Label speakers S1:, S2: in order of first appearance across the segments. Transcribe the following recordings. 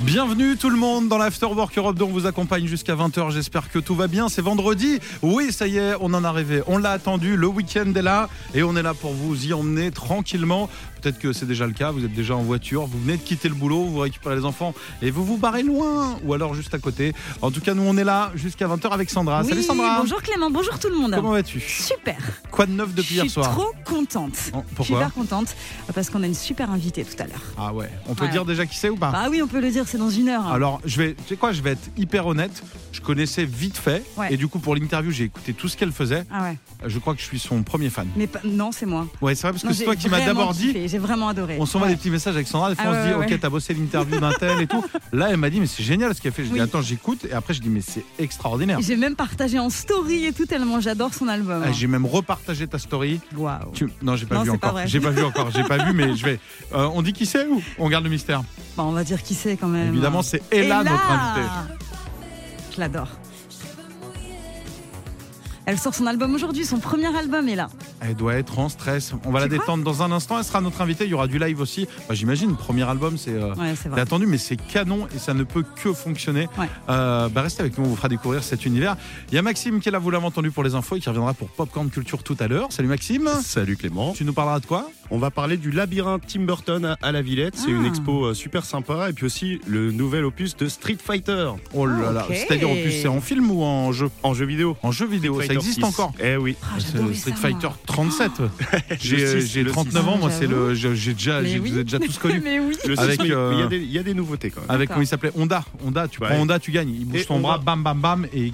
S1: Bienvenue tout le monde dans l'Afterwork Europe dont on vous accompagne jusqu'à 20h. J'espère que tout va bien. C'est vendredi. Oui, ça y est, on en a rêvé. On l'a attendu. Le week-end est là et on est là pour vous y emmener tranquillement. Peut-être que c'est déjà le cas. Vous êtes déjà en voiture. Vous venez de quitter le boulot. Vous récupérez les enfants et vous vous barrez loin ou alors juste à côté. En tout cas, nous, on est là jusqu'à 20h avec Sandra.
S2: Oui,
S1: Ah, Salut Sandra.
S2: Bonjour Clément, bonjour tout le monde.
S1: Comment vas-tu
S2: Super.
S1: Quoi de neuf depuis hier
S2: je suis
S1: soir
S2: trop contente.
S1: Oh,
S2: je suis
S1: Pourquoi
S2: hyper contente parce qu'on a une super invitée tout à l'heure.
S1: Ah ouais. On peut
S2: Ouais.
S1: dire déjà qui c'est ou pas
S2: Bah oui, on peut le dire, c'est dans une heure. hein.
S1: Ah. Alors, je vais, tu sais quoi, je vais être hyper honnête. Je connaissais vite fait.
S2: Ouais.
S1: Et du coup, pour l'interview, j'ai écouté tout ce qu'elle faisait.
S2: Ah ouais.
S1: Je crois que je suis son premier fan.
S2: Mais pas- non, c'est moi.
S1: Ouais, c'est vrai, parce que
S2: Non,
S1: c'est
S2: j'ai
S1: toi qui m'as
S2: vraiment
S1: d'abord dit.
S2: kiffé, J'ai vraiment adoré.
S1: On s'envoie
S2: Ouais.
S1: des petits messages avec Sandra, des fois
S2: Ah
S1: on se dit,
S2: ouais, ouais,
S1: ok, t'as bossé l'interview d'un tel et tout. Là, elle m'a dit, mais c'est génial ce qu'elle fait. Je dis,
S2: Oui.
S1: attends, j'écoute. Et après, je dis, mais c'est extraordinaire.
S2: J'ai même partagé en story et tout tellement j'adore son album.
S1: Ah, J'ai même repartagé ta story.
S2: Waouh.
S1: Tu- Non, j'ai pas
S2: Non,
S1: vu
S2: c'est pas
S1: encore.
S2: vrai.
S1: J'ai pas vu encore. J'ai pas vu, mais je vais. Euh, on dit qui c'est ou on garde le mystère
S2: Bah, on va dire qui c'est quand même.
S1: Évidemment, c'est Ella, notre invitée.
S2: Je l'adore. Elle sort son album aujourd'hui, son premier album est là.
S1: Elle doit être en stress. On va la
S2: Tu crois
S1: détendre dans un instant. Elle sera notre invitée. Il y aura du live aussi. Bah, J'imagine, premier album, c'est. euh,
S2: Ouais, c'est vrai.
S1: T'as attendu, mais c'est canon et ça ne peut que fonctionner.
S2: Ouais.
S1: Euh, bah restez avec nous, on vous fera découvrir cet univers. Il y a Maxime qui est là, vous l'avez entendu pour les infos et qui reviendra pour Popcorn Culture tout à l'heure. Salut Maxime
S3: Salut Clément.
S1: Tu nous parleras de quoi
S3: On va parler du labyrinthe Tim Burton à- à la Villette. C'est
S2: Ah.
S3: une expo euh, super sympa. Et puis aussi le nouvel opus de Street Fighter
S1: Oh là
S2: Ah,
S1: là
S2: ok.
S1: C'est-à-dire, en plus, c'est en film ou en jeu
S3: en jeu vidéo.
S1: En jeu vidéo, ça
S3: Fighter
S1: existe
S3: 6.
S1: encore
S3: Eh oui.
S2: Ah,
S1: C'est
S2: j'adorais
S1: Street
S2: ça, moi.
S1: Fighter 37. J'ai
S3: Le
S1: euh,
S3: six,
S1: j'ai
S3: le
S1: 39 ans, moi,
S2: six.
S1: c'est le. Ah, je- J'ai déjà,
S2: Mais
S1: j'ai-
S2: oui.
S1: vous êtes déjà tous connus.
S2: Mais oui.
S3: Le
S1: Avec,
S3: six, mais
S1: euh,
S3: il y a des- il y, a des nouveautés quand même.
S1: Avec
S2: D'accord.
S1: comment il s'appelait Honda. Honda, tu
S3: Ouais.
S1: prends Honda, tu gagnes. Il bouge
S3: Et
S1: ton bras,
S3: Honda.
S1: bam, bam, bam, et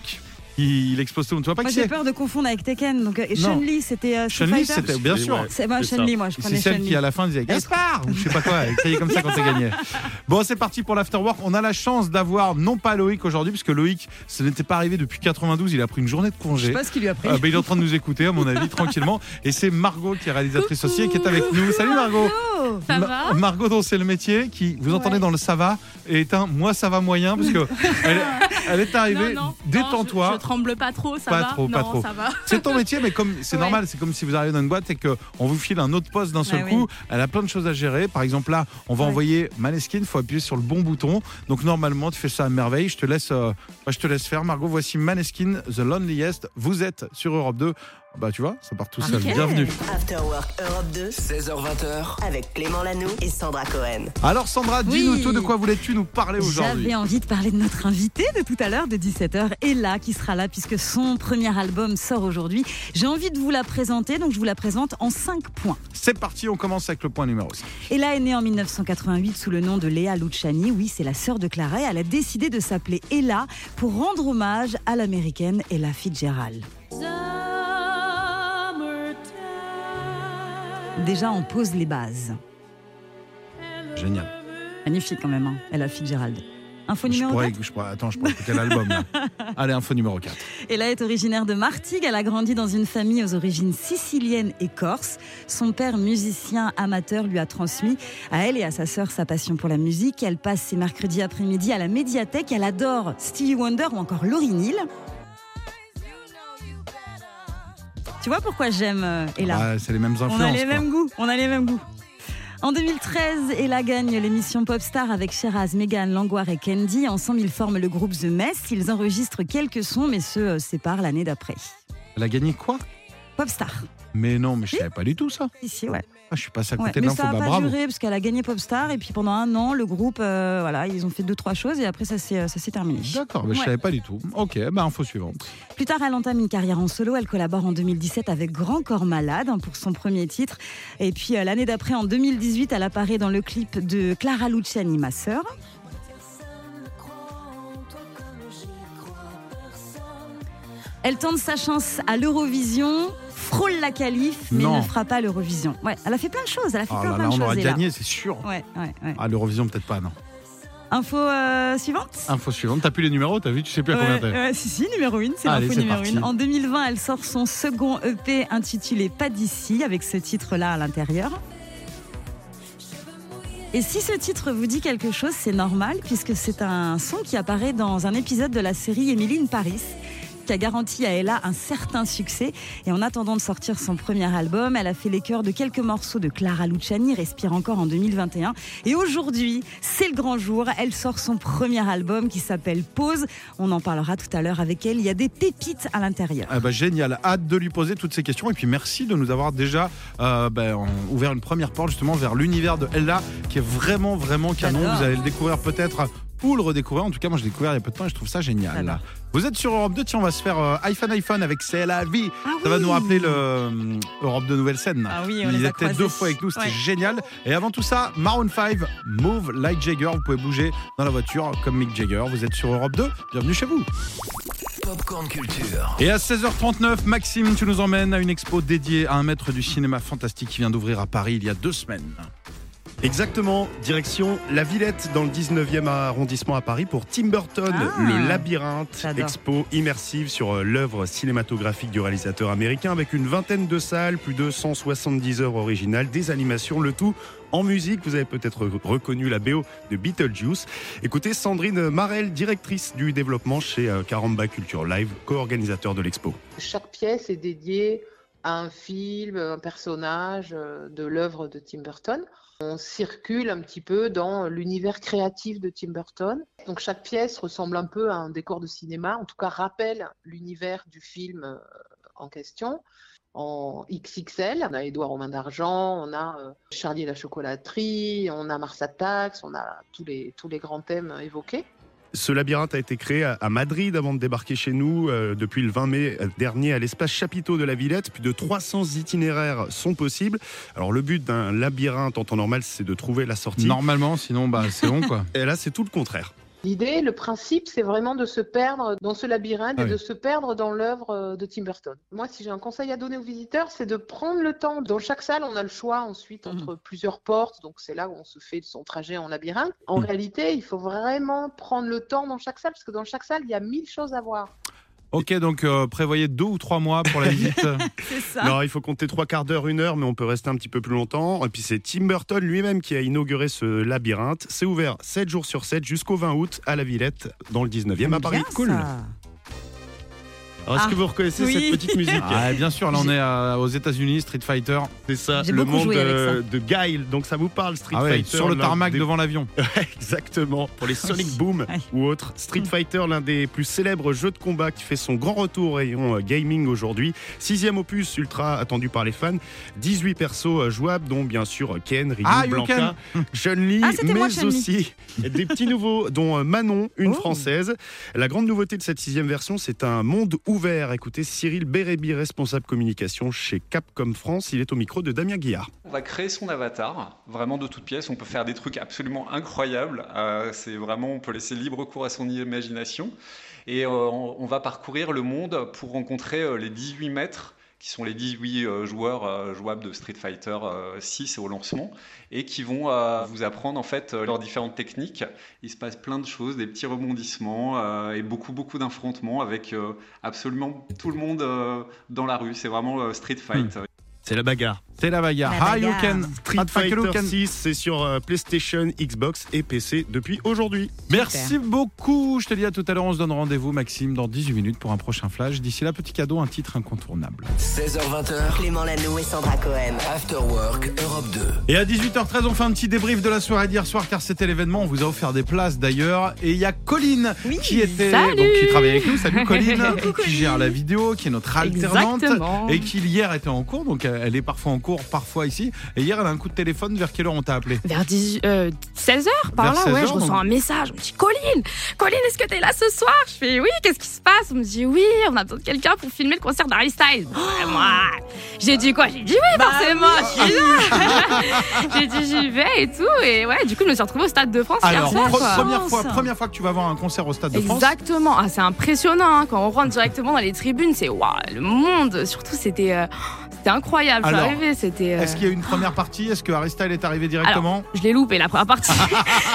S1: il, il explose tout. Tu vois pas
S2: Moi
S1: qui
S2: j'ai
S1: c'est
S2: peur de confondre avec Tekken. Donc euh, et
S1: Non.
S2: Chun-Li, c'était euh, Street
S1: Chun-Li,
S2: Fighter.
S1: c'était bien
S3: Et
S1: sûr.
S3: ouais.
S2: C'est moi
S3: C'est ça.
S2: Chun-Li, moi je
S1: C'est
S2: prenais
S1: celle
S2: Chun-Li.
S1: qui à la fin disait Gaspard ou je sais pas quoi, elle criait comme ça quand c'est gagné. Bon, c'est parti pour l'afterwork. On a la chance d'avoir non pas Loïc aujourd'hui, puisque Loïc, ce n'était pas arrivé depuis 92, il a pris une journée de
S2: Je sais
S1: congé.
S2: pas ce qu'il lui a pris.
S1: Euh, ben, il est en train de nous écouter, à mon avis, tranquillement. Et c'est Margot qui est réalisatrice aussi et qui est avec nous. Salut Margot
S2: Oh.
S4: Ça
S1: Ma-
S4: va
S1: Margot, dont c'est le métier, qui, vous entendez
S4: Ouais.
S1: dans le ça va, est un moi ça va moyen, parce que elle, elle est arrivée,
S4: Non, non, non,
S1: détends-toi.
S4: je, je tremble pas trop, ça
S1: Pas
S4: va.
S1: trop,
S4: non,
S1: pas trop.
S4: ça va.
S1: C'est ton métier, mais comme c'est
S4: Ouais.
S1: normal, c'est comme si vous arrivez dans une boîte et que on vous file un autre poste d'un seul
S2: Bah oui.
S1: coup. Elle a plein de choses à gérer. Par exemple, là, on va
S2: Ouais.
S1: envoyer Maneskin, il faut appuyer sur le bon bouton. Donc normalement, tu fais ça à merveille. Je te laisse, euh, bah, je te laisse faire, Margot. Voici Maneskin, The Loneliest. Vous êtes sur Europe 2. Bah tu vois, ça part tout seul.
S2: Ok.
S1: Bienvenue.
S5: After Work Europe 2
S6: 16h20h,
S5: avec Clément Lano et Sandra Cohen.
S1: Alors Sandra, dis-nous
S2: Oui.
S1: tout de quoi voulais-tu nous parler ben, aujourd'hui
S2: J'avais envie de parler de notre invité de tout à l'heure de 17h, Ella, qui sera là puisque son premier album sort aujourd'hui. J'ai envie de vous la présenter, donc je vous la présente en 5 points.
S1: C'est parti, on commence avec le point numéro 5.
S2: Ella est née en 1988 sous le nom de Léa Luciani. Oui, c'est la sœur de Clara. et Elle a décidé de s'appeler Ella pour rendre hommage à l'américaine Ella Fitzgerald. Déjà, on pose les bases.
S1: Génial.
S2: Magnifique quand même, hein, Ella Fitzgerald. Info
S1: Je
S2: numéro 4.
S1: pourrais, je pourrais- attends, je pourrais écouter l'album. là. Allez, info numéro 4.
S2: Ella est originaire de Martigues. Elle a grandi dans une famille aux origines siciliennes et corses. Son père, musicien amateur, lui a transmis à elle et à sa sœur sa passion pour la musique. Elle passe ses mercredis après-midi à la médiathèque. Elle adore Stevie Wonder ou encore Laurie Neal. Tu vois pourquoi j'aime euh, Ella
S1: Ouais, Ah bah, c'est les mêmes influences.
S2: on a les
S1: quoi.
S2: mêmes goûts, on a les mêmes goûts. En 2013, Ella gagne l'émission Popstar avec Sheraz, Megan, Langoire et Candy. Ensemble, ils forment le groupe The Mess. Ils enregistrent quelques sons, mais se euh, séparent l'année d'après.
S1: Elle a gagné quoi
S2: Popstar.
S1: Mais non, mais je savais pas du tout ça.
S2: Ici, ouais.
S1: Ah, je suis passé à
S2: Ouais,
S1: côté de
S2: Mais
S1: l'info.
S2: ça n'a
S1: Bah,
S2: pas
S1: bravo.
S2: duré parce qu'elle a gagné Popstar. Et puis pendant un an, le groupe, euh, voilà, ils ont fait deux, trois choses et après, ça s'est euh, ça s'est terminé.
S1: D'accord, mais je
S2: Ouais.
S1: savais pas du tout. Ok, bah info suivante.
S2: Plus tard, elle entame une carrière en solo. Elle collabore en 2017 avec Grand Corps Malade hein, pour son premier titre. Et puis euh, l'année d'après, en 2018, elle apparaît dans le clip de Clara Luciani, ma sœur. Elle tente sa chance à l'Eurovision, frôle la qualif, mais
S1: Non.
S2: ne fera pas l'Eurovision. Ouais, elle a fait plein de choses. Elle a fait
S1: Ah
S2: plein,
S1: là
S2: plein
S1: là,
S2: de
S1: on
S2: choses.
S1: aura
S2: Ella.
S1: gagné, c'est sûr.
S2: Ouais, ouais, ouais.
S1: Ah, l'Eurovision, peut-être pas, non.
S2: Info euh, suivante
S1: Info suivante. T'as plus les numéros, t'as vu, tu sais plus à combien
S2: Ouais,
S1: t'es.
S2: ouais, si, si, numéro 1, c'est
S1: Allez,
S2: l'info
S1: c'est
S2: numéro
S1: parti.
S2: 1. En 2020, elle sort son second EP intitulé Pas d'ici, avec ce titre-là à l'intérieur. Et si ce titre vous dit quelque chose, c'est normal, puisque c'est un son qui apparaît dans un épisode de la série Emily in Paris. qui a garanti à Ella un certain succès. Et en attendant de sortir son premier album, elle a fait les chœurs de quelques morceaux de Clara Luciani, Respire encore en 2021. Et aujourd'hui, c'est le grand jour. Elle sort son premier album qui s'appelle Pause. On en parlera tout à l'heure avec elle. Il y a des pépites à l'intérieur.
S1: Ah bah, génial, hâte de lui poser toutes ces questions et puis merci de nous avoir déjà euh, bah, en- ouvert une première porte justement vers l'univers de Ella qui est vraiment vraiment canon.
S2: J'adore.
S1: Vous allez le découvrir peut-être ou le redécouvrir. En tout cas, moi je l'ai découvert il y a peu de temps et je trouve ça génial.
S2: J'adore.
S1: Vous êtes sur Europe 2, tiens, on va se faire euh, iPhone iPhone avec C'est la vie.
S2: Ah
S1: Ça va
S2: oui.
S1: nous rappeler le euh, Europe de Nouvelle Scène.
S2: Ah oui, on
S1: Ils
S2: les a
S1: étaient
S2: croisés.
S1: deux fois avec nous, c'était
S2: Ouais.
S1: génial. Et avant tout ça, Maroon 5, Move Like Jagger. Vous pouvez bouger dans la voiture comme Mick Jagger. Vous êtes sur Europe 2. Bienvenue chez vous.
S6: Popcorn Culture.
S1: Et à 16h39, Maxime, tu nous emmènes à une expo dédiée à un maître du cinéma fantastique qui vient d'ouvrir à Paris il y a deux semaines.
S3: Exactement, direction La Villette dans le 19e arrondissement à Paris pour Tim Burton,
S2: Ah.
S3: le labyrinthe,
S2: J'adore.
S3: expo immersive sur euh, l'œuvre cinématographique du réalisateur américain avec une vingtaine de salles, plus de 170 heures originales, des animations, le tout en musique. Vous avez peut-être re- reconnu la BO de Beetlejuice. Écoutez Sandrine Marel, directrice du développement chez euh, Caramba Culture Live, co-organisateur de l'expo.
S4: Chaque pièce est dédiée à un film, un personnage euh, de l'œuvre de Tim Burton. On circule un petit peu dans l'univers créatif de Tim Burton. Donc chaque pièce ressemble un peu à un décor de cinéma, en tout cas rappelle l'univers du film euh, en question. En XXL, on a Édouard Romain d'Argent, on a euh, Charlie et la chocolaterie, on a Mars Attacks, on a tous les, tous les grands thèmes évoqués.
S3: Ce labyrinthe a été créé à- à Madrid avant de débarquer chez nous euh, depuis le 20 mai dernier à l'espace chapiteau de la Villette. Plus de 300 itinéraires sont possibles. Alors le but d'un labyrinthe en temps normal, c'est de trouver la sortie.
S1: Normalement, sinon, bah, c'est long quoi.
S3: Et là, c'est tout le contraire.
S4: L'idée, le principe, c'est vraiment de se perdre dans ce labyrinthe
S1: Ah
S4: et
S1: oui.
S4: de se perdre dans l'œuvre euh, de Tim Burton. Moi, si j'ai un conseil à donner aux visiteurs, c'est de prendre le temps. Dans chaque salle, on a le choix ensuite
S2: Mhm.
S4: entre plusieurs portes, donc c'est là où on se fait son trajet en labyrinthe. En
S3: Mhm.
S4: réalité, il faut vraiment prendre le temps dans chaque salle, parce que dans chaque salle, il y a mille choses à voir.
S1: Ok, donc euh, prévoyez deux ou trois mois pour la visite.
S2: C'est ça.
S3: Non, il faut compter trois quarts d'heure, une heure, mais on peut rester un petit peu plus longtemps. Et puis c'est Tim Burton lui-même qui a inauguré ce labyrinthe. C'est ouvert 7 jours sur 7 jusqu'au 20 août à la Villette dans le 19e à Paris.
S2: Bien, ça.
S3: Alors, est-ce
S2: Ah,
S3: que vous reconnaissez
S2: oui.
S3: cette petite musique
S1: Ah, bien sûr, là on est à- aux États-Unis, Street Fighter.
S3: C'est ça,
S2: J'ai
S3: le
S2: beaucoup
S3: monde
S2: joué avec
S3: euh, de Guile. Donc ça vous parle, Street
S1: Ah ouais,
S3: Fighter
S1: sur le
S3: l'un
S1: tarmac
S3: des-
S1: devant l'avion.
S3: Exactement, pour les Sonic
S2: Oui.
S3: Boom
S2: Ouais. Mm.
S3: ou autres. Street Fighter, l'un des plus célèbres jeux de combat qui fait son grand retour au rayon euh, gaming aujourd'hui. Sixième opus ultra attendu par les fans. 18 persos euh, jouables, dont bien sûr euh, Ken, Ryu,
S1: Ah,
S3: Blanca, Chun-Li,
S2: Ah, c'était
S3: mais
S2: moi, Chun-Li.
S3: aussi des petits nouveaux, dont euh, Manon, une
S2: Oh.
S3: française. La grande nouveauté de cette sixième version, c'est un monde ouvert. Écoutez, Cyril Bérébi, responsable communication chez Capcom France. Il est au micro de Damien Guillard.
S7: On va créer son avatar, vraiment de toutes pièces. On peut faire des trucs absolument incroyables. Euh, c'est vraiment, on peut laisser libre cours à son imagination. Et euh, on, on va parcourir le monde pour rencontrer euh, les 18 maîtres, qui sont les 18 euh, joueurs euh, jouables de Street Fighter euh, 6 au lancement, et qui vont euh, vous apprendre en fait euh, leurs différentes techniques. Il se passe plein de choses, des petits rebondissements euh, et beaucoup beaucoup d'affrontements avec euh, absolument tout le monde euh, dans la rue. C'est vraiment euh, Street Fight.
S3: C'est la bagarre.
S1: C'est la bagarre.
S2: La
S1: Ah,
S2: bagarre.
S1: you can.
S3: Street
S1: Street Fighter
S3: Fighter
S1: can-
S3: 6, c'est sur euh, PlayStation, Xbox et PC depuis aujourd'hui.
S1: Merci beaucoup. Je te dis à tout à l'heure, on se donne rendez-vous, Maxime, dans 18 minutes pour un prochain flash. D'ici là, petit cadeau, un titre incontournable.
S6: 16h20h.
S5: Clément Lanoux et Sandra Cohen.
S6: After Work Europe 2.
S1: Et à 18h13, on fait un petit débrief de la soirée d'hier soir car c'était l'événement. On vous a offert des places d'ailleurs. Et il y a Colline
S2: Oui,
S1: qui était
S8: salut
S1: donc, qui travaille avec nous. Salut Colline,
S2: Coucou,
S1: qui
S2: Colline.
S1: gère la vidéo, qui est notre alternante
S8: Exactement.
S1: et qui hier était en cours. Donc elle est parfois en cours, parfois ici. Et hier, elle a un coup de téléphone. Vers quelle heure on t'a appelé
S8: Vers 16h, par
S1: Vers
S8: là,
S1: 16
S8: ouais,
S1: heures,
S8: je reçois
S1: donc.
S8: un message. On me dit Colline, Colline, est-ce que t'es là ce soir Je fais oui, qu'est-ce qui se passe On me dit oui, on a besoin de quelqu'un pour filmer le concert d'Harry Styles.
S1: Oh
S8: Ouais, moi, j'ai dit quoi J'ai dit oui,
S1: Bah
S8: forcément, je suis là. j'ai dit j'y vais et tout. Et ouais, du coup, je me suis retrouvée au Stade de France hier
S1: Alors,
S8: soir.
S1: pre-
S8: quoi.
S1: première fois,
S2: Chance.
S1: première fois que tu vas voir un concert au Stade de France.
S8: Exactement, ah, c'est impressionnant hein. quand on rentre directement dans les tribunes, c'est waouh, le monde, surtout c'était euh, c'était incroyable,
S1: Alors,
S8: j'arrivais, c'était euh,
S1: Est-ce qu'il y a eu une première partie Est-ce que Harry Styles est arrivé directement
S8: Je l'ai loupé la première partie.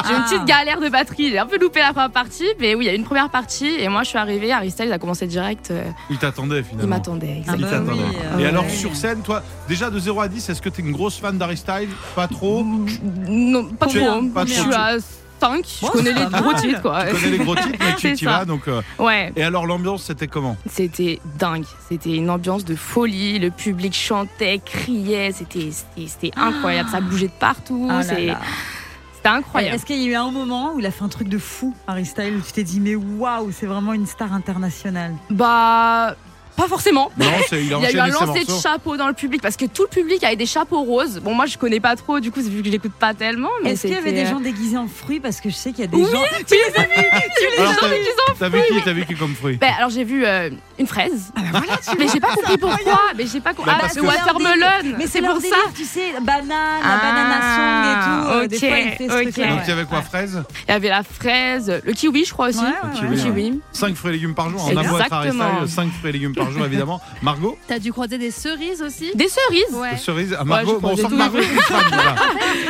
S8: j'ai une petite galère de batterie. J'ai un peu loupé la première partie, mais oui, il y a une première partie et moi je suis arrivée. Harry Styles a commencé direct. euh,
S1: Il t'attendait
S8: il
S1: finalement.
S8: m'attendait.
S2: Ah
S1: Il
S2: bah
S1: t'attendait.
S2: oui, euh,
S1: Et
S8: ouais.
S1: alors sur scène, toi, déjà de 0 à 10, est-ce que t'es une grosse fan d'Harry Styles Pas trop
S8: Non, pas
S1: Tu-
S8: trop. hein.
S1: pas
S8: je
S1: trop,
S8: suis
S1: tu-
S8: à Tank.
S2: Bon,
S8: je connais
S2: c'est
S8: les
S2: pas
S8: gros
S2: mal.
S8: titres, quoi.
S1: Tu connais les gros titres, mais tu
S8: C'est
S1: t'y
S8: ça.
S1: vas. Donc, euh,
S8: Ouais,
S1: Et alors, l'ambiance, c'était comment
S8: c'était dingue. C'était une ambiance de folie. Le public chantait, criait. C'était, c'était, c'était incroyable. Ça bougeait de partout.
S2: Ah là
S8: c'est-
S2: là.
S8: C'était incroyable.
S2: Est-ce qu'il y a eu un moment où il a fait un truc de fou, Harry Styles, où tu t'es dit, mais waouh, c'est vraiment une star internationale
S8: Bah, pas forcément.
S1: Non, c'est- il a
S8: Il y a eu un
S1: enchaîné ses
S8: lancer de
S1: morceaux.
S8: chapeaux dans le public parce que tout le public avait des chapeaux roses. Bon, moi je connais pas trop, du coup, vu que j'écoute pas tellement. mais
S2: Est-ce qu'il y avait
S9: euh,
S8: c'était- euh,
S2: des gens déguisés en fruits Parce que je sais qu'il y a des
S8: Oui,
S2: gens.
S8: Tu les as vus Tu les
S1: Alors,
S8: as
S1: t'as-
S8: vus qu'ils ont
S1: T'as vu qui T'as vu qui comme fruit
S8: Ben, alors j'ai vu euh, une fraise.
S2: Ah, ben
S8: mais j'ai pas compris pourquoi. Mais j'ai pas compris.
S1: Bah,
S8: ah,
S1: parce
S8: le
S1: que-
S8: watermelon.
S2: Mais c'est
S8: pour
S2: leur
S8: ça.
S2: délire, tu sais, banane, la
S8: Ah,
S2: banana song et tout. euh, Des
S8: ok,
S2: fois, il fait ce
S8: ok.
S2: truc-là.
S1: Donc,
S2: ouais.
S1: il y avait quoi Fraise
S8: Il y avait la fraise, le kiwi, je crois aussi.
S2: Ouais,
S1: Un
S2: ouais,
S1: kiwi,
S8: Le
S2: ouais.
S1: ouais.
S8: kiwi.
S1: 5 fruits et légumes par jour. On a beau être Harry
S8: Exactement.
S1: Styles, 5 fruits et légumes par jour, évidemment. Margot
S9: T'as dû croiser des cerises aussi
S8: Des cerises.
S9: Ouais.
S1: Cerise ah,
S8: Ouais,
S1: Margot,
S8: je
S1: bon, on
S8: prends
S1: sent que
S8: des
S1: Margot est une fan, voilà.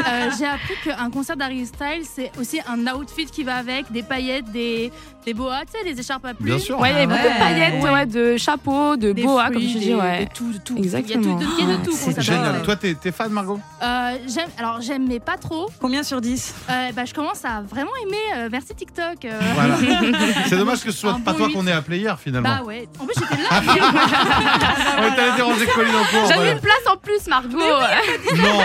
S9: Euh, J'ai appris qu'un concert d'Harry Styles, c'est aussi un outfit qui va avec, des paillettes, des, des boas, tu sais, des écharpes à plumes.
S1: Bien sûr.
S8: Ouais, il y avait
S2: Ah
S8: beaucoup
S2: ouais.
S8: de paillettes, ouais, de chapeaux, de
S9: Des
S8: boa,
S9: fruits,
S8: comme tu
S9: des-
S8: dis. Ouais.
S9: de tout, de tout.
S8: Exactement.
S9: Il y a tout- il y a de tout.
S2: Ah,
S9: qu'on
S2: c'est
S9: s'adore.
S1: Génial.
S2: ouais.
S1: Toi, t'es t'es fan, Margot
S9: Euh, j'aime- alors, j'aime, mais pas trop.
S2: Combien sur 10
S9: Euh, bah, je commence à vraiment aimer. euh, merci TikTok. euh.
S1: Voilà. C'est dommage que ce soit
S9: Un
S1: pas
S9: bon
S1: toi
S9: huit.
S1: qu'on ait appelé hier, finalement.
S9: Bah ouais. En plus, j'étais là.
S1: On est allé déranger Colline en cours.
S8: J'avais
S1: voilà.
S8: une place en plus, Margot.
S1: Non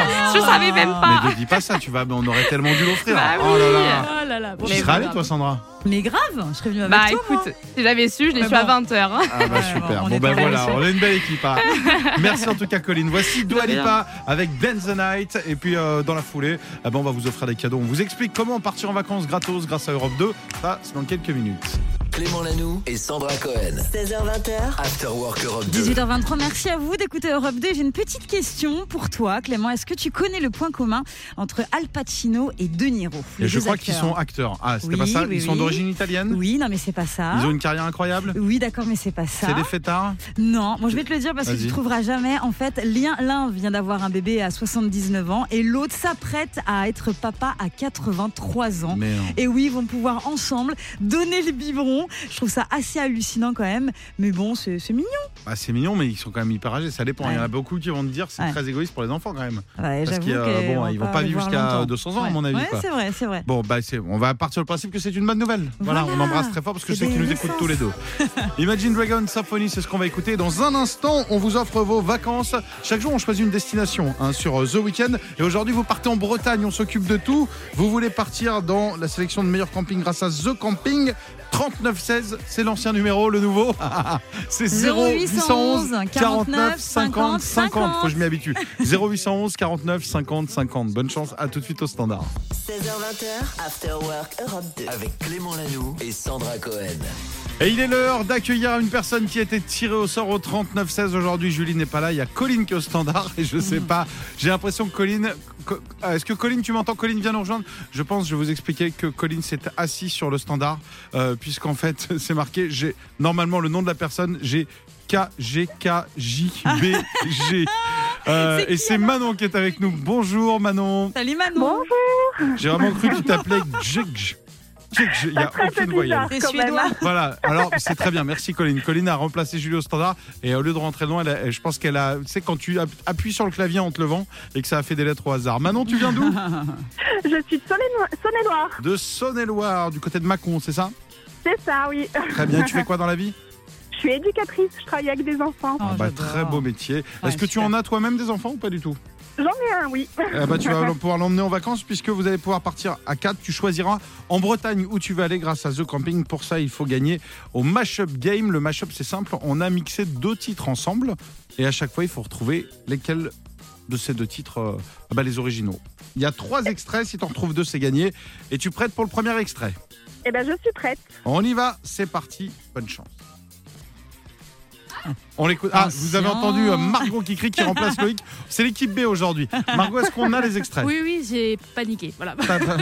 S8: je savais même pas.
S1: Mais ne dis pas ça, tu vas, mais on aurait tellement dû l'offrir.
S8: Bah
S1: Ah. oh là là.
S9: oh là là. Bon,
S1: Tu
S9: mais
S1: seras
S9: voilà.
S1: allée, toi, Sandra
S2: Mais grave, je serais venue avec
S8: Bah
S2: toi. moi.
S9: hein.
S8: écoute, si j'avais su, je l'ai
S2: Mais
S8: su à
S2: bon.
S8: 20h.
S1: Ah bah
S9: euh,
S2: Ouais,
S1: super.
S2: bon, on
S1: Bon
S2: est
S1: ben
S2: pas mal
S1: voilà,
S2: sur-
S1: on a une belle équipe. hein. Merci en tout cas Colline. Voici Dua
S8: rien.
S1: Lipa avec Dance the Night et puis euh, dans la foulée, ah ben, on va vous offrir des cadeaux. On vous explique comment partir en vacances gratos grâce à Europe 2. Ça, c'est dans quelques minutes.
S6: Clément Lanoux et Sandra Cohen.
S5: 16h20h,
S6: After Work Europe 2.
S2: 18h23, merci à vous d'écouter Europe 2. J'ai une petite question pour toi, Clément. Est-ce que tu connais le point commun entre Al Pacino et De Niro les
S1: Et je
S2: deux
S1: crois qu'ils sont
S2: acteurs
S1: acteurs. Ah, c'était
S2: Oui,
S1: pas ça
S2: oui,
S1: Ils sont
S2: oui.
S1: d'origine italienne
S2: Oui, non, mais c'est pas ça.
S1: Ils ont une carrière incroyable
S2: Oui, d'accord, mais c'est pas ça.
S1: C'est des fêtards
S2: Non, bon, je vais te le dire parce que tu
S1: Vas-y.
S2: ne trouveras jamais. En fait, l'un l'un vient d'avoir un bébé à 79 ans et l'autre s'apprête à être papa à 83 ans.
S1: Mais euh, non.
S2: Et oui, ils vont pouvoir ensemble donner le biberon. Je trouve ça assez hallucinant quand même. Mais bon, c'est c'est mignon.
S1: Ah, c'est mignon, mais ils sont quand même hyper âgés. Ça dépend. Il y en a
S2: Ouais.
S1: beaucoup qui vont te dire c'est
S2: Ouais.
S1: très égoïste pour les enfants quand même.
S2: Ouais,
S1: Parce
S2: j'avoue
S1: qu'ils, euh,
S2: que
S1: bon,
S2: on
S1: ils vont
S2: va
S1: pas
S2: le
S1: vivre
S2: voir
S1: jusqu'à
S2: longtemps.
S1: 200 ans, à
S2: Ouais.
S1: mon avis,
S2: Ouais,
S1: quoi.
S2: c'est vrai, c'est vrai.
S1: Bon, bah, c'est- on va partir du principe que c'est une bonne nouvelle. Voilà,
S2: Voilà.
S1: on embrasse très fort parce que
S2: C'est
S1: ceux qui
S2: des
S1: nous écoutent
S2: naissances.
S1: tous les deux. Imagine Dragon Symphony, c'est ce qu'on va écouter. Dans un instant, on vous offre vos vacances. Chaque jour, on choisit une destination hein, sur euh, The Weekend. Et aujourd'hui, vous partez en Bretagne, on s'occupe de tout. Vous voulez partir dans la sélection de meilleurs campings grâce à The Camping 3916, c'est l'ancien numéro, le nouveau, c'est 0811 49 50 50. Faut que je m'y habitue. 0811 49 50 50. Bonne chance, à tout de suite au standard.
S5: 16h20h, After Work Europe 2.
S6: Avec Clément Lanoux et Sandra Cohen.
S1: Et il est l'heure d'accueillir une personne qui a été tirée au sort au 39-16. Aujourd'hui, Julie n'est pas là. Il y a Colline qui est au standard. Et je sais pas. J'ai l'impression que Colline. Co- ah, Est-ce que Colline, tu m'entends Colline vient nous rejoindre. Je pense, je vais vous expliquer que Colline s'est assis sur le standard. euh, Puisqu'en fait, c'est marqué. J'ai normalement le nom de la personne. J'ai KGKJBG. Euh, et c'est Manon qui est avec nous. Bonjour Manon.
S2: Salut Manon,
S1: J'ai vraiment cru que tu t'appelais Jig. Jig. Il n'y a aucune voyelle.
S2: t'es suédois.
S1: Voilà, alors c'est très bien, merci Colline. Colline a remplacé Julie au standard et au lieu de rentrer loin, elle a- je pense qu'elle a. Tu sais, quand tu app- appuies sur le clavier en te levant et que ça a fait des lettres au hasard. Manon, tu viens d'où
S10: Je suis de Saône- Saône-et-Loire,
S1: De Saône-et-Loire, du côté de Mâcon, c'est ça
S10: c'est ça, oui.
S1: Très bien, tu fais quoi dans la vie
S10: Je suis éducatrice, je travaille avec des enfants.
S2: Oh,
S1: Ah bah,
S2: j'adore.
S1: Très beau métier.
S2: Ouais,
S1: Est-ce que tu
S2: super.
S1: en as toi-même des enfants ou pas du tout
S10: J'en ai un, oui.
S1: Eh bah, Tu vas pouvoir l'emmener en vacances puisque vous allez pouvoir partir à 4. Tu choisiras en Bretagne où tu vas aller grâce à The Camping. Pour ça, il faut gagner au Mashup Game. Le Mashup, c'est simple. On a mixé deux titres ensemble et à chaque fois, il faut retrouver lesquels de ces deux titres, euh, ah bah, les originaux. Il y a trois extraits. Si tu en retrouves deux, c'est gagné. Et tu prêtes pour le premier extrait.
S10: Eh ben, je suis prête.
S1: On y va. C'est parti. Bonne chance. On l'écoute. Ah, vous avez entendu euh, Margot qui crie, qui remplace Loïc. C'est l'équipe B aujourd'hui. Margot, est-ce qu'on a les extraits
S9: Oui, oui, j'ai paniqué. Voilà.
S1: Ta- ta-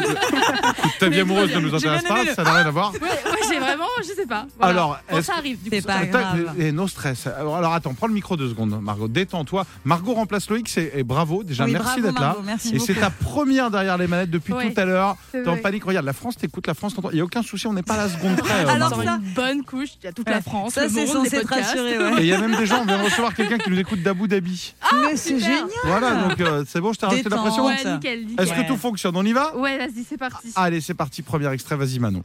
S1: Ta vie amoureuse ne nous
S2: J'ai bien
S1: intéresse pas,
S2: aimé le-
S1: ça n'a rien à voir.
S9: Ouais, ouais, j'ai vraiment, je sais pas. Voilà.
S1: Alors,
S9: Quand
S1: est-ce-
S9: ça arrive, du coup.
S2: C'est pas
S1: Attends,
S2: grave.
S1: Et no stress. Alors, alors, attends, prends le micro deux secondes, Margot. Détends-toi. Margot remplace Loïc, c'est et bravo déjà.
S2: Oui,
S1: merci
S2: bravo,
S1: d'être là.
S2: Margot, merci
S1: Et c'est
S2: beaucoup.
S1: ta première derrière les manettes depuis
S9: Ouais,
S1: tout à l'heure.
S9: c'est
S1: T'es en
S9: vrai.
S1: panique. Regarde, la France t'écoute, la France t'entend. Il n'y a aucun souci, on n'est pas à la seconde près. euh,
S2: Alors
S1: Margot.
S9: Genre
S2: ça-
S9: une bonne couche, il y a toute la France,
S2: Ça,
S9: le
S2: c'est
S9: monde, les
S2: censé te
S9: podcasts.
S2: rassurer.
S1: Et
S2: ouais.
S1: il y avait même des gens, on vient de recevoir quelqu'un qui nous écoute d'Abu Dhabi.
S2: Mais c'est
S9: super.
S2: génial.
S1: Voilà, donc euh, c'est bon, je t'ai racheté la
S2: Détente.
S1: pression.
S2: Ouais,
S9: Ah. Ouais, nickel, nickel.
S1: Est-ce que Ah, tout fonctionne On y va
S9: Ouais, vas-y, c'est parti.
S1: Allez, c'est parti, premier extrait, vas-y Manon.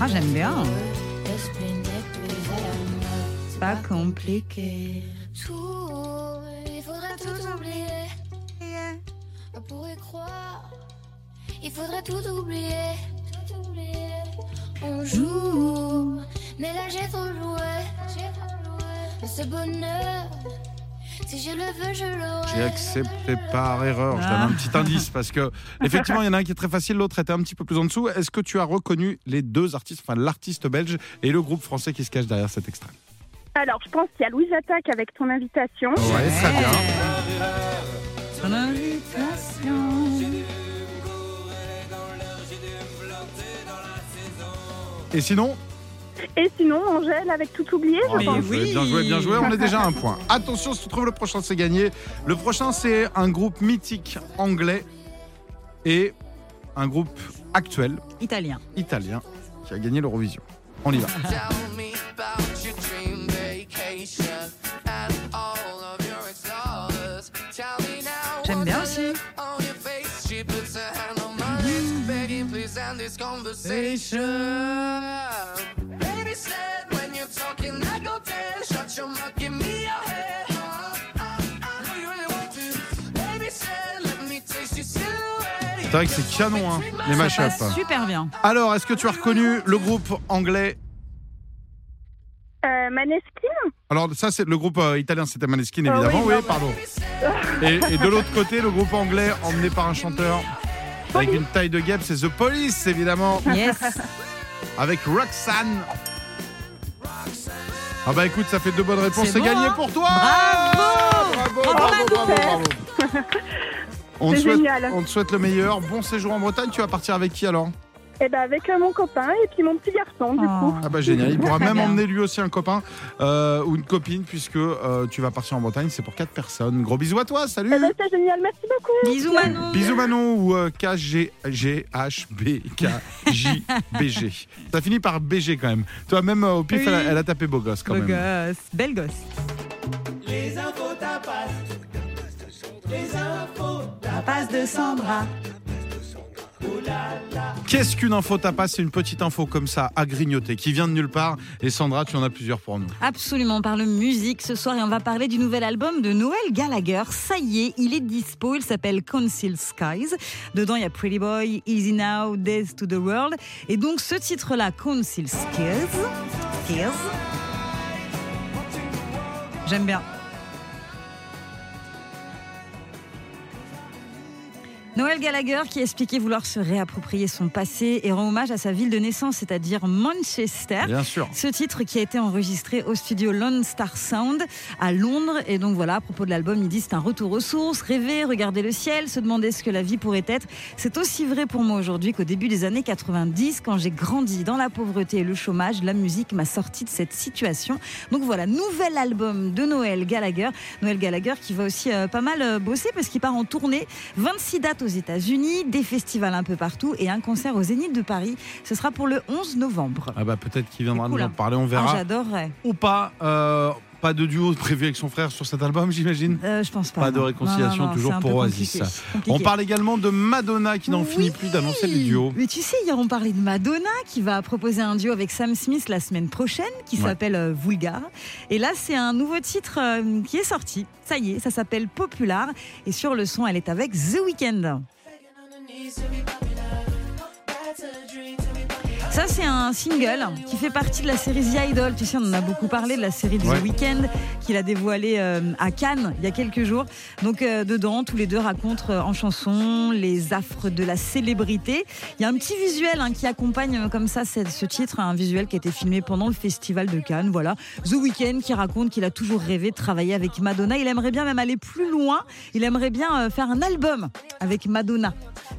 S2: Ah, j'aime bien. C'est Pas compliqué.
S11: Il faudrait tout oublier. On pourrait croire. Il faudrait tout oublier. Tout oublier. On joue. Mais là j'ai trop joué. J'ai trop joué. Mais Ce bonheur. Si je le veux, je l'aurai.
S1: J'ai accepté par erreur, je donne un
S9: Ah.
S1: petit indice parce que effectivement, il y en a un qui est très facile, l'autre était un petit peu plus en dessous. Est-ce que tu as reconnu les deux artistes, enfin l'artiste belge et le groupe français qui se cache derrière cet extrait
S10: Alors, je pense qu'il y a Louise Attaque avec ton invitation.
S1: Ouais, très bien.
S2: Son invitation.
S1: Et sinon, Ah,
S10: Et sinon, Angèle avec tout oublié, je
S1: Bravo,
S10: pense.
S1: bien joué,
S2: oui.
S1: bien joué, bien joué. On est déjà à un point. Attention, si tu trouves le prochain, c'est gagné. Le prochain, c'est un groupe mythique anglais et un groupe actuel
S2: Italien.
S1: italien qui a gagné l'Eurovision. On y va.
S2: J'aime bien aussi.
S1: C'est vrai que c'est canon, hein, les
S2: Ça
S1: mashups.
S2: passe super bien.
S1: Alors, est-ce que tu as reconnu le groupe anglais
S10: Euh, Maneskin Ah
S1: Alors, ça, c'est le groupe euh, italien, c'était Maneskin, évidemment. oui, pardon. Et, et de l'autre côté, le groupe anglais, emmené par un chanteur avec une taille de guêpe, c'est The Police, évidemment.
S2: Yes.
S1: avec Roxane. Ah bah écoute, ça fait deux bonnes réponses,
S2: C'est
S1: c'est
S2: beau,
S1: gagné
S2: hein
S1: pour toi
S2: Bravo
S1: Bravo,
S2: Bravo,
S1: bravo,
S2: Manon.
S1: bravo, bravo. On te,
S10: C'est
S1: souhaite,
S10: génial.
S1: on te souhaite le meilleur. Bon séjour en Bretagne. Tu vas partir avec qui alors
S10: Eh ben, avec euh, mon copain et puis mon petit garçon, du
S2: Oh.
S10: coup.
S1: Ah bah génial. Il pourra
S2: Très
S1: même
S2: bien.
S1: emmener lui aussi un copain euh, ou une copine puisque euh, tu vas partir en Bretagne. C'est pour quatre personnes. Gros bisous à toi. Salut.
S10: Eh ben, c'est génial, merci beaucoup.
S2: Bisous Manon.
S1: Bisous Manon ou euh, K-G-G-H-B-K-J-B-G. Ça finit par BG quand même. Toi même euh, au pif,
S2: Oui.
S1: elle, a, elle a tapé beau gosse quand
S2: Beau
S1: même.
S2: gosse. Belle gosse. Les infos tapas. Les infos tapas de Sandra.
S1: Qu'est-ce qu'une info tapas C'est une petite info comme ça, à grignoter, qui vient de nulle part. Et Sandra, tu en as plusieurs pour nous.
S2: Absolument, on parle musique ce soir et on va parler du nouvel album de Noël Gallagher. Ça y est, il est dispo, il s'appelle Concealed Skies. Dedans, il y a Pretty Boy, Easy Now, Death to the World. Et donc ce titre-là, Concealed Skies. Skies. J'aime bien. Noël Gallagher qui expliquait vouloir se réapproprier son passé et rend hommage à sa ville de naissance, c'est-à-dire Manchester.
S1: Bien sûr.
S2: Ce titre qui a été enregistré au studio Lone Star Sound à Londres. Et donc voilà, à propos de l'album, il dit c'est un retour aux sources, rêver, regarder le ciel, se demander ce que la vie pourrait être. C'est aussi vrai pour moi aujourd'hui qu'au début des années 90, quand j'ai grandi dans la pauvreté et le chômage, la musique m'a sorti de cette situation. Donc voilà, nouvel album de Noël Gallagher. Noël Gallagher qui va aussi euh, pas mal euh, bosser parce qu'il part en tournée. 26 dates aux États-Unis, des festivals un peu partout et un concert au Zénith de Paris. Ce sera pour le 11 novembre.
S1: Ah bah peut-être qu'il viendra
S2: C'est cool,
S1: nous en
S2: hein.
S1: parler, on
S2: Ah,
S1: verra.
S2: J'adorerais.
S1: Ou pas. euh, pas de duo prévu avec son frère sur cet album, j'imagine.
S2: Euh, je pense pas.
S1: Pas de
S2: non.
S1: réconciliation, toujours
S2: c'est un
S1: pour
S2: peu
S1: Oasis.
S2: compliqué.
S1: On
S2: Compliqué.
S1: parle également de Madonna qui n'en
S2: Oui.
S1: finit plus d'annoncer les duos.
S2: Mais tu sais, hier on parlait de Madonna qui va proposer un duo avec Sam Smith la semaine prochaine qui
S1: Ouais.
S2: s'appelle euh, Vulgar. Et là, c'est un nouveau titre euh, qui est sorti. Ça y est, ça s'appelle Popular. Et sur le son, elle est avec The Weeknd. Ça, c'est un single qui fait partie de la série The Idol. Tu sais, on en a beaucoup parlé de la série The
S1: Ouais.
S2: Weeknd qu'il a dévoilée euh, à Cannes il y a quelques jours. Donc, euh, dedans, tous les deux racontent euh, en chanson les affres de la célébrité. Il y a un petit visuel hein, qui accompagne euh, comme ça cette- ce titre, un visuel qui a été filmé pendant le festival de Cannes. Voilà, The Weeknd qui raconte qu'il a toujours rêvé de travailler avec Madonna. Il aimerait bien même aller plus loin. Il aimerait bien euh, faire un album avec Madonna.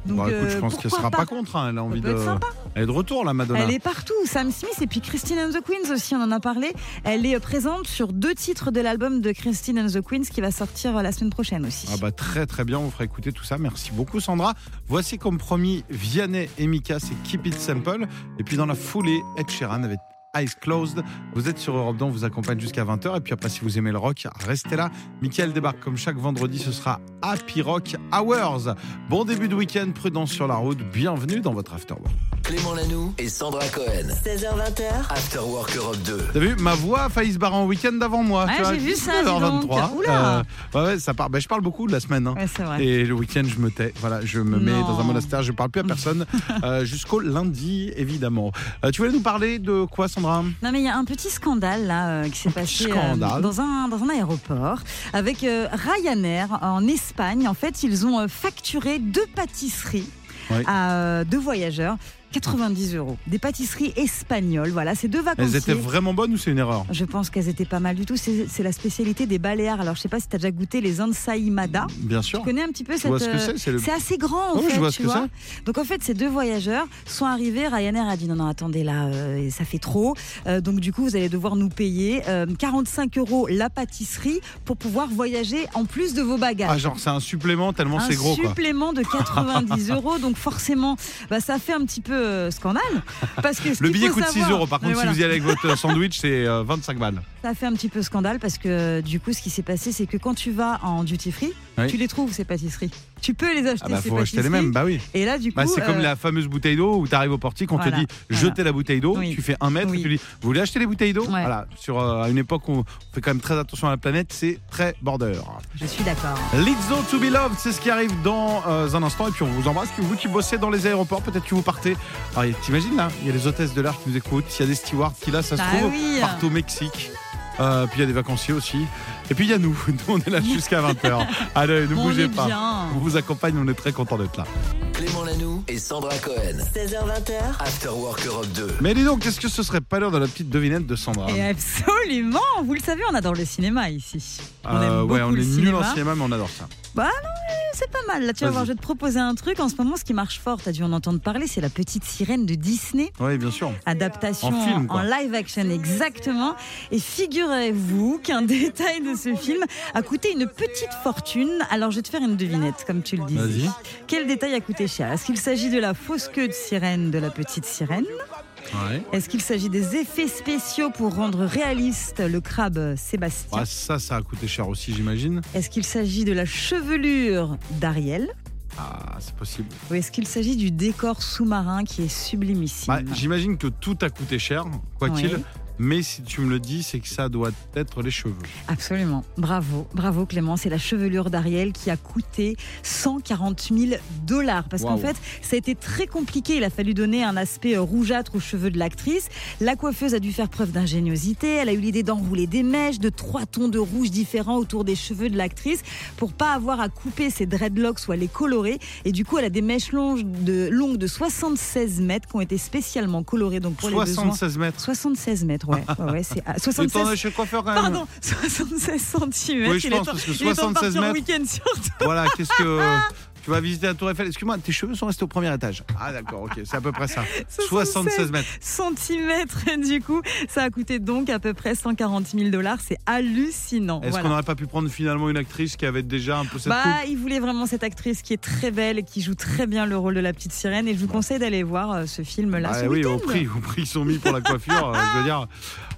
S2: Donc,
S1: Bah, écoute, je
S2: euh,
S1: pense qu'elle
S2: pourquoi
S1: sera pas, contre. hein, Elle a envie
S2: peut être
S1: de.
S2: sympa.
S1: Elle est de retour, la Madonna.
S2: Elle est partout, Sam Smith et puis Christine and the Queens aussi, on en a parlé. Elle est euh, présente sur deux titres de l'album de Christine and the Queens qui va sortir euh, la semaine prochaine aussi.
S1: Ah bah très très bien, on vous fera écouter tout ça. Merci beaucoup Sandra. Voici comme promis Vianney et Mika, c'est Keep It Simple. Et puis dans la foulée, Ed Sheeran avec Eyes Closed. Vous êtes sur Europe 2, on vous accompagne jusqu'à 20h. Et puis après, si vous aimez le rock, restez là. Mickaël débarque comme chaque vendredi, ce sera Happy Rock Hours. Bon début de week-end, prudence sur la route. Bienvenue dans votre After Work.
S6: Clément Lanoux et Sandra Cohen.
S5: 16h20h,
S6: After Work Europe 2.
S1: T'as vu, ma voix a failli se barrer en week-end d'avant moi.
S2: Ouais,
S1: Tu vois,
S2: j'ai vu ça, dis donc.
S1: 19h23.
S2: Oula.
S1: Euh, ouais, ouais, ça part. Ben, je parle beaucoup de la semaine. hein.
S2: Ouais, c'est vrai.
S1: Et le week-end, je me tais. Voilà, je me mets
S2: Non.
S1: dans un monastère, je ne parle plus à personne euh, jusqu'au lundi, évidemment. Euh, tu voulais nous parler de quoi, Sandra
S2: Non mais il y a un petit scandale là euh, qui s'est passé euh,
S1: scandale.
S2: dans, un, dans un aéroport avec euh, Ryanair en Espagne. En fait, ils ont euh, facturé deux pâtisseries
S1: Ouais.
S2: à euh, deux voyageurs, 90 euros. Des pâtisseries espagnoles, voilà, c'est deux
S1: Elles
S2: vacanciers.
S1: étaient vraiment bonnes ou c'est une erreur
S2: Je pense qu'elles étaient pas mal du tout. C'est c'est la spécialité des Baléares. Alors je sais pas si tu as déjà goûté les ensaïmadas.
S1: Bien
S2: Tu
S1: sûr.
S2: connais un petit peu
S1: Je
S2: cette.
S1: vois ce que
S2: euh,
S1: c'est, c'est le-
S2: assez grand en
S1: Ouais,
S2: fait.
S1: je vois ce
S2: tu
S1: que
S2: vois. Donc en fait, ces deux voyageurs sont arrivés. Ryanair a dit non, non, attendez là, euh, ça fait trop. Euh, donc du coup, vous allez devoir nous payer euh, 45 euros la pâtisserie pour pouvoir voyager en plus de vos bagages.
S1: Ah, genre, c'est un supplément tellement
S2: un
S1: Ah, c'est gros, quoi.
S2: supplément de 90 euros, donc forcément, bah, ça fait un petit peu euh, scandale. Parce que ce
S1: Le
S2: qu'il
S1: billet
S2: faut
S1: coûte 6
S2: savoir-
S1: euros. Par
S2: Mais
S1: contre,
S2: voilà.
S1: si vous y allez avec votre sandwich, c'est euh, 25 balles.
S2: Ça a fait un petit peu scandale parce que euh, du coup, ce qui s'est passé, c'est que quand tu vas en duty free,
S1: Oui.
S2: tu les trouves ces pâtisseries. Tu peux les acheter.
S1: Ah bah,
S2: ces
S1: faut acheter les
S2: pâtisseries.
S1: mêmes. Bah oui.
S2: Et là, du coup,
S1: Bah, c'est comme
S2: euh,
S1: la fameuse bouteille d'eau où tu arrives au portique, on
S2: voilà,
S1: te dit
S2: voilà.
S1: jetez la bouteille d'eau,
S2: Oui.
S1: tu fais un mètre,
S2: Oui.
S1: et tu dis vous voulez acheter des bouteilles d'eau
S2: Ouais.
S1: Voilà, sur euh, à une époque où on fait quand même très attention à la planète, c'est très border.
S2: je suis d'accord.
S1: Lizzo to be loved, c'est ce qui arrive dans euh, un instant. Et puis on vous embrasse. Puis vous qui bossez dans les aéroports, peut-être que vous partez. Alors y- t'imagines là, il y a les hôtesses de l'air qui nous écoutent, il y a des stewards qui là, ça se
S2: Bah
S1: trouve,
S2: oui.
S1: partent au Mexique. Euh, puis il y a des vacanciers aussi. Et puis il y a nous, nous on est là jusqu'à 20h. Allez, ne
S2: On
S1: bougez
S2: est
S1: pas.
S2: bien.
S1: On vous accompagne, on est très content d'être là.
S6: Clément Lanoux et Sandra Cohen.
S5: 16h20h,
S6: After Work Europe 2.
S1: Mais dis donc, qu'est-ce que ce serait pas l'heure de la petite devinette de Sandra
S2: Et absolument, vous le savez, on adore le cinéma ici. On aime
S1: Euh,
S2: beaucoup
S1: ouais, on
S2: le
S1: est nul
S2: cinéma.
S1: en cinéma, mais on adore ça.
S2: C'est pas mal. Là, tu vas
S1: Vas-y.
S2: voir, je vais te proposer un truc. En ce moment, ce qui marche fort, t'as dû en entendre parler, c'est la petite sirène de Disney.
S1: Oui, bien sûr.
S2: Adaptation
S1: En film, quoi.
S2: live action, exactement. Et figurez-vous qu'un détail de ce film a coûté une petite fortune. Alors, je vais te faire une devinette, comme tu le disais.
S1: Vas-y.
S2: Quel détail a coûté cher Est-ce qu'il s'agit de la fausse queue de sirène de la petite sirène
S1: Ouais.
S2: Est-ce qu'il s'agit des effets spéciaux pour rendre réaliste le crabe Sébastien
S1: Ah, ça, ça a coûté cher aussi, j'imagine.
S2: Est-ce qu'il s'agit de la chevelure d'Ariel
S1: Ah, c'est possible.
S2: Ou est-ce qu'il s'agit du décor sous-marin qui est
S1: Bah,
S2: sublimissime
S1: j'imagine que tout a coûté cher, quoi
S2: Oui.
S1: qu'il. Mais si tu me le dis, c'est que ça doit être les cheveux.
S2: Absolument. Bravo, bravo Clément. C'est la chevelure d'Ariel qui a coûté 140 000 dollars. Parce qu'en
S1: Waouh.
S2: fait, ça a été très compliqué. Il a fallu donner un aspect euh, rougeâtre aux cheveux de l'actrice. La coiffeuse a dû faire preuve d'ingéniosité. Elle a eu l'idée d'enrouler des mèches de trois tons de rouge différents autour des cheveux de l'actrice pour pas avoir à couper ses dreadlocks ou à les colorer. Et du coup, elle a des mèches longes de- longues de, 76 mètres qui ont été spécialement colorées donc pour les besoins.
S1: 76 mètres.
S2: 76 mètres, ouais. ouais, ouais, c'est à-
S1: Et t'en
S2: 76
S1: as chez le coiffeur quand même.
S2: Pardon, 76 cm.
S1: Oui, je pense, parce que 76
S2: en
S1: mètres.
S2: week-end surtout.
S1: Voilà, qu'est-ce que. Tu vas visiter la Tour Eiffel. Excuse-moi, tes cheveux sont restés au premier étage. Ah, d'accord, ok, c'est à peu près ça. 76 mètres.
S2: cm du coup, ça a coûté donc à peu près 140 000 dollars. C'est hallucinant.
S1: Est-ce qu'on
S2: Voilà.
S1: n'aurait pas pu prendre finalement une actrice qui avait déjà un peu cette coupe
S2: Bah, il voulait vraiment cette actrice qui est très belle et qui joue très bien le rôle de la petite sirène. Et je vous conseille d'aller voir euh, ce film-là.
S1: Ah
S2: ce
S1: oui, au
S2: week-end.
S1: prix, au prix qu'ils sont mis pour la coiffure, euh, je veux dire.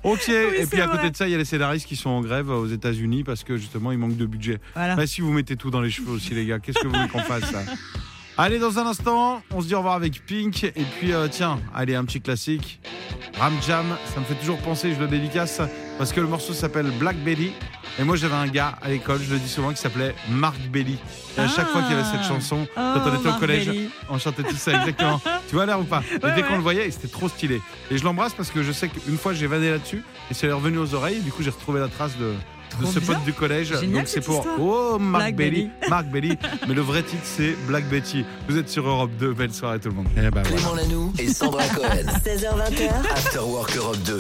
S1: Ok, et
S2: c'est
S1: puis à
S2: vrai.
S1: côté de ça, il y a les scénaristes qui sont en grève euh, aux États-Unis parce que justement, il manque de budget.
S2: Voilà.
S1: Bah, si vous mettez tout dans les cheveux aussi, les gars, qu'est-ce que vous voulez qu'on fasse là Allez, dans un instant, on se dit au revoir avec Pink. Et puis, euh, tiens, allez, un petit classique. Ram Jam, ça me fait toujours penser, je le dédicace, parce que le morceau s'appelle Black Belly. Et moi, j'avais un gars à l'école, je le dis souvent, qui s'appelait Marc Belly. Et à chaque
S2: Ah.
S1: fois qu'il y avait cette chanson, quand
S2: Oh,
S1: on était au
S2: Marc
S1: collège,
S2: Belly.
S1: on chantait tout ça, exactement. tu vois l'air ou pas Et
S2: Ouais,
S1: dès
S2: ouais.
S1: qu'on le voyait, c'était trop stylé. Et je l'embrasse parce que je sais qu'une fois, j'ai vanné là-dessus et c'est revenu aux oreilles. Et du coup, j'ai retrouvé la trace de, de
S2: Trop
S1: ce
S2: bien.
S1: pote du collège.
S2: Génial,
S1: Donc, c'est
S2: cette
S1: pour
S2: histoire.
S1: Oh, Marc
S2: Black
S1: Belly.
S2: Belly.
S1: Marc Belly. Mais le vrai titre, c'est Black Betty. Vous êtes sur Europe 2. Belle
S2: Eh ben,
S1: soirée, tout le monde. Et bah, voilà.
S6: Clément Lanoux et Sandra Cohen.
S5: 16h20h,
S6: After Work Europe 2.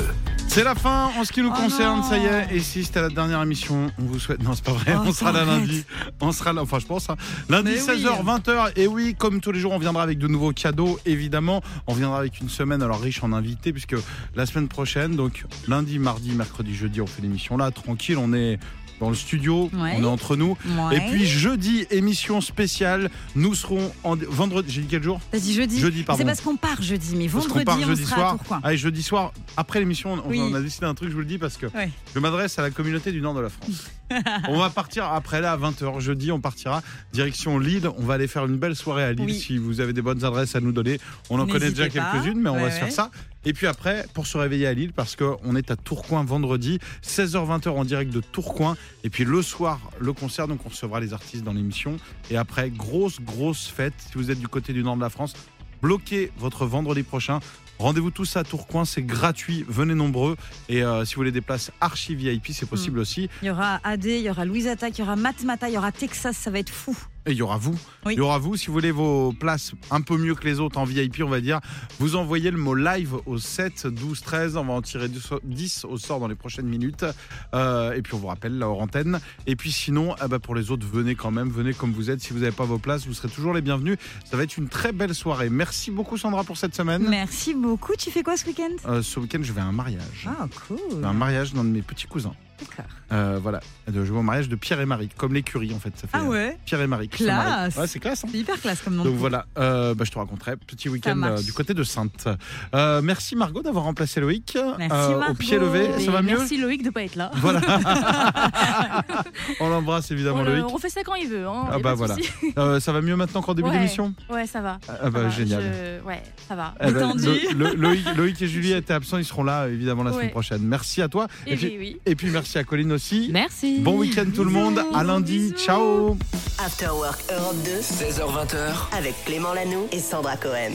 S1: C'est la fin en ce qui nous
S2: Oh
S1: concerne,
S2: non.
S1: ça y est. Et si c'était la dernière émission, on vous souhaite. Non, c'est pas vrai,
S2: Oh,
S1: on sera là
S2: t'arrêtes.
S1: lundi. On sera là, enfin, je pense. hein. Lundi,
S2: Mais oui.
S1: 16h, 20h. Et oui, comme tous les jours, on viendra avec de nouveaux cadeaux, évidemment. On viendra avec une semaine, alors riche en invités, puisque la semaine prochaine, donc lundi, mardi, mercredi, jeudi, on fait l'émission là, tranquille, on est. Dans le studio,
S2: Ouais.
S1: on est entre nous.
S2: Ouais.
S1: Et puis jeudi, émission spéciale. Nous serons en vendredi. J'ai dit quel jour
S2: Vas-y, jeudi.
S1: Jeudi, pardon.
S2: C'est parce qu'on part jeudi, mais
S1: Parce qu'on
S2: vendredi,
S1: part
S2: on
S1: jeudi
S2: sera à
S1: soir.
S2: Tourcoing.
S1: Allez, jeudi soir, après l'émission, on,
S2: Oui.
S1: on a décidé un truc, je vous le dis, parce que
S2: Ouais.
S1: je m'adresse à la communauté du nord de la France. on va partir après là à 20h jeudi, on partira direction Lille. On va aller faire une belle soirée à Lille.
S2: Oui.
S1: Si vous avez des bonnes adresses à nous donner, on en connaît déjà
S2: N'hésitez pas.
S1: quelques-unes, mais on
S2: Ouais,
S1: va
S2: ouais.
S1: se faire ça. Et puis après, pour se réveiller à Lille, parce qu'on est à Tourcoing vendredi, 16h-20h en direct de Tourcoing. Et puis le soir, le concert, donc on recevra les artistes dans l'émission. Et après, grosse, grosse fête. Si vous êtes du côté du nord de la France, bloquez votre vendredi prochain. Rendez-vous tous à Tourcoing, c'est gratuit, venez nombreux. Et euh, si vous voulez des places archi VIP, c'est possible aussi.
S2: Il y aura AD, il y aura Louise Attaque, il y aura Matmata, il y aura Texas, ça va être fou.
S1: Et il y aura vous.
S2: Oui.
S1: Il y aura vous. Si vous voulez vos places un peu mieux que les autres en VIP, on va dire, vous envoyez le mot live au 7, 12, 13. On va en tirer 10 au sort dans les prochaines minutes. Euh, et puis on vous rappelle la hors antenne. Et puis sinon, ah bah, pour les autres, venez quand même. Venez comme vous êtes. Si vous n'avez pas vos places, vous serez toujours les bienvenus. Ça va être une très belle soirée. Merci beaucoup, Sandra, pour cette semaine.
S2: Merci beaucoup. Tu fais quoi ce week-end
S1: Euh, ce week-end, je vais à un mariage.
S2: Ah, cool.
S1: Un mariage d'un de mes petits cousins.
S2: D'accord.
S1: Euh, voilà. Je vais au mariage de Pierre et Marie, comme l'écurie en fait. Ça fait
S2: Ah ouais
S1: euh, Pierre et Marie. qui se
S2: Classe.
S1: marient. Ouais, c'est classe. hein.
S2: C'est hyper classe comme nom.
S1: Donc voilà, euh, bah, je te raconterai. Petit week-end
S2: marche.
S1: euh, du côté de Sainte. Euh, merci Margot d'avoir remplacé Loïc.
S2: Merci
S1: Euh, au
S2: Margot.
S1: pied levé,
S9: Et
S1: ça va mieux
S9: Merci Loïc de pas être là.
S1: On l'embrasse évidemment
S8: Oh
S9: on, le-
S1: Loïc.
S9: on fait ça quand il veut. hein, y
S1: Ah
S9: a
S1: bah
S9: pas de
S1: voilà.
S9: souci.
S1: Euh, ça va mieux maintenant qu'en début
S9: Ouais.
S1: d'émission
S9: Ouais, ça va.
S1: Ah
S9: ça
S1: bah
S9: va,
S1: génial.
S9: je- Ouais, ça va.
S1: Eh ben,
S2: Détendu.
S1: Lo- Lo- Loïc, Loïc et Julie étaient absents, ils seront là évidemment la semaine
S9: Ouais.
S1: prochaine. Merci à toi.
S9: Et,
S1: puis,
S9: oui, oui.
S1: et puis merci à Colline aussi.
S8: Merci.
S1: Bon week-end tout le monde, à lundi, ciao
S5: After Work Europe 2
S6: 16h20h.
S5: avec Clément Lanoux et Sandra Cohen.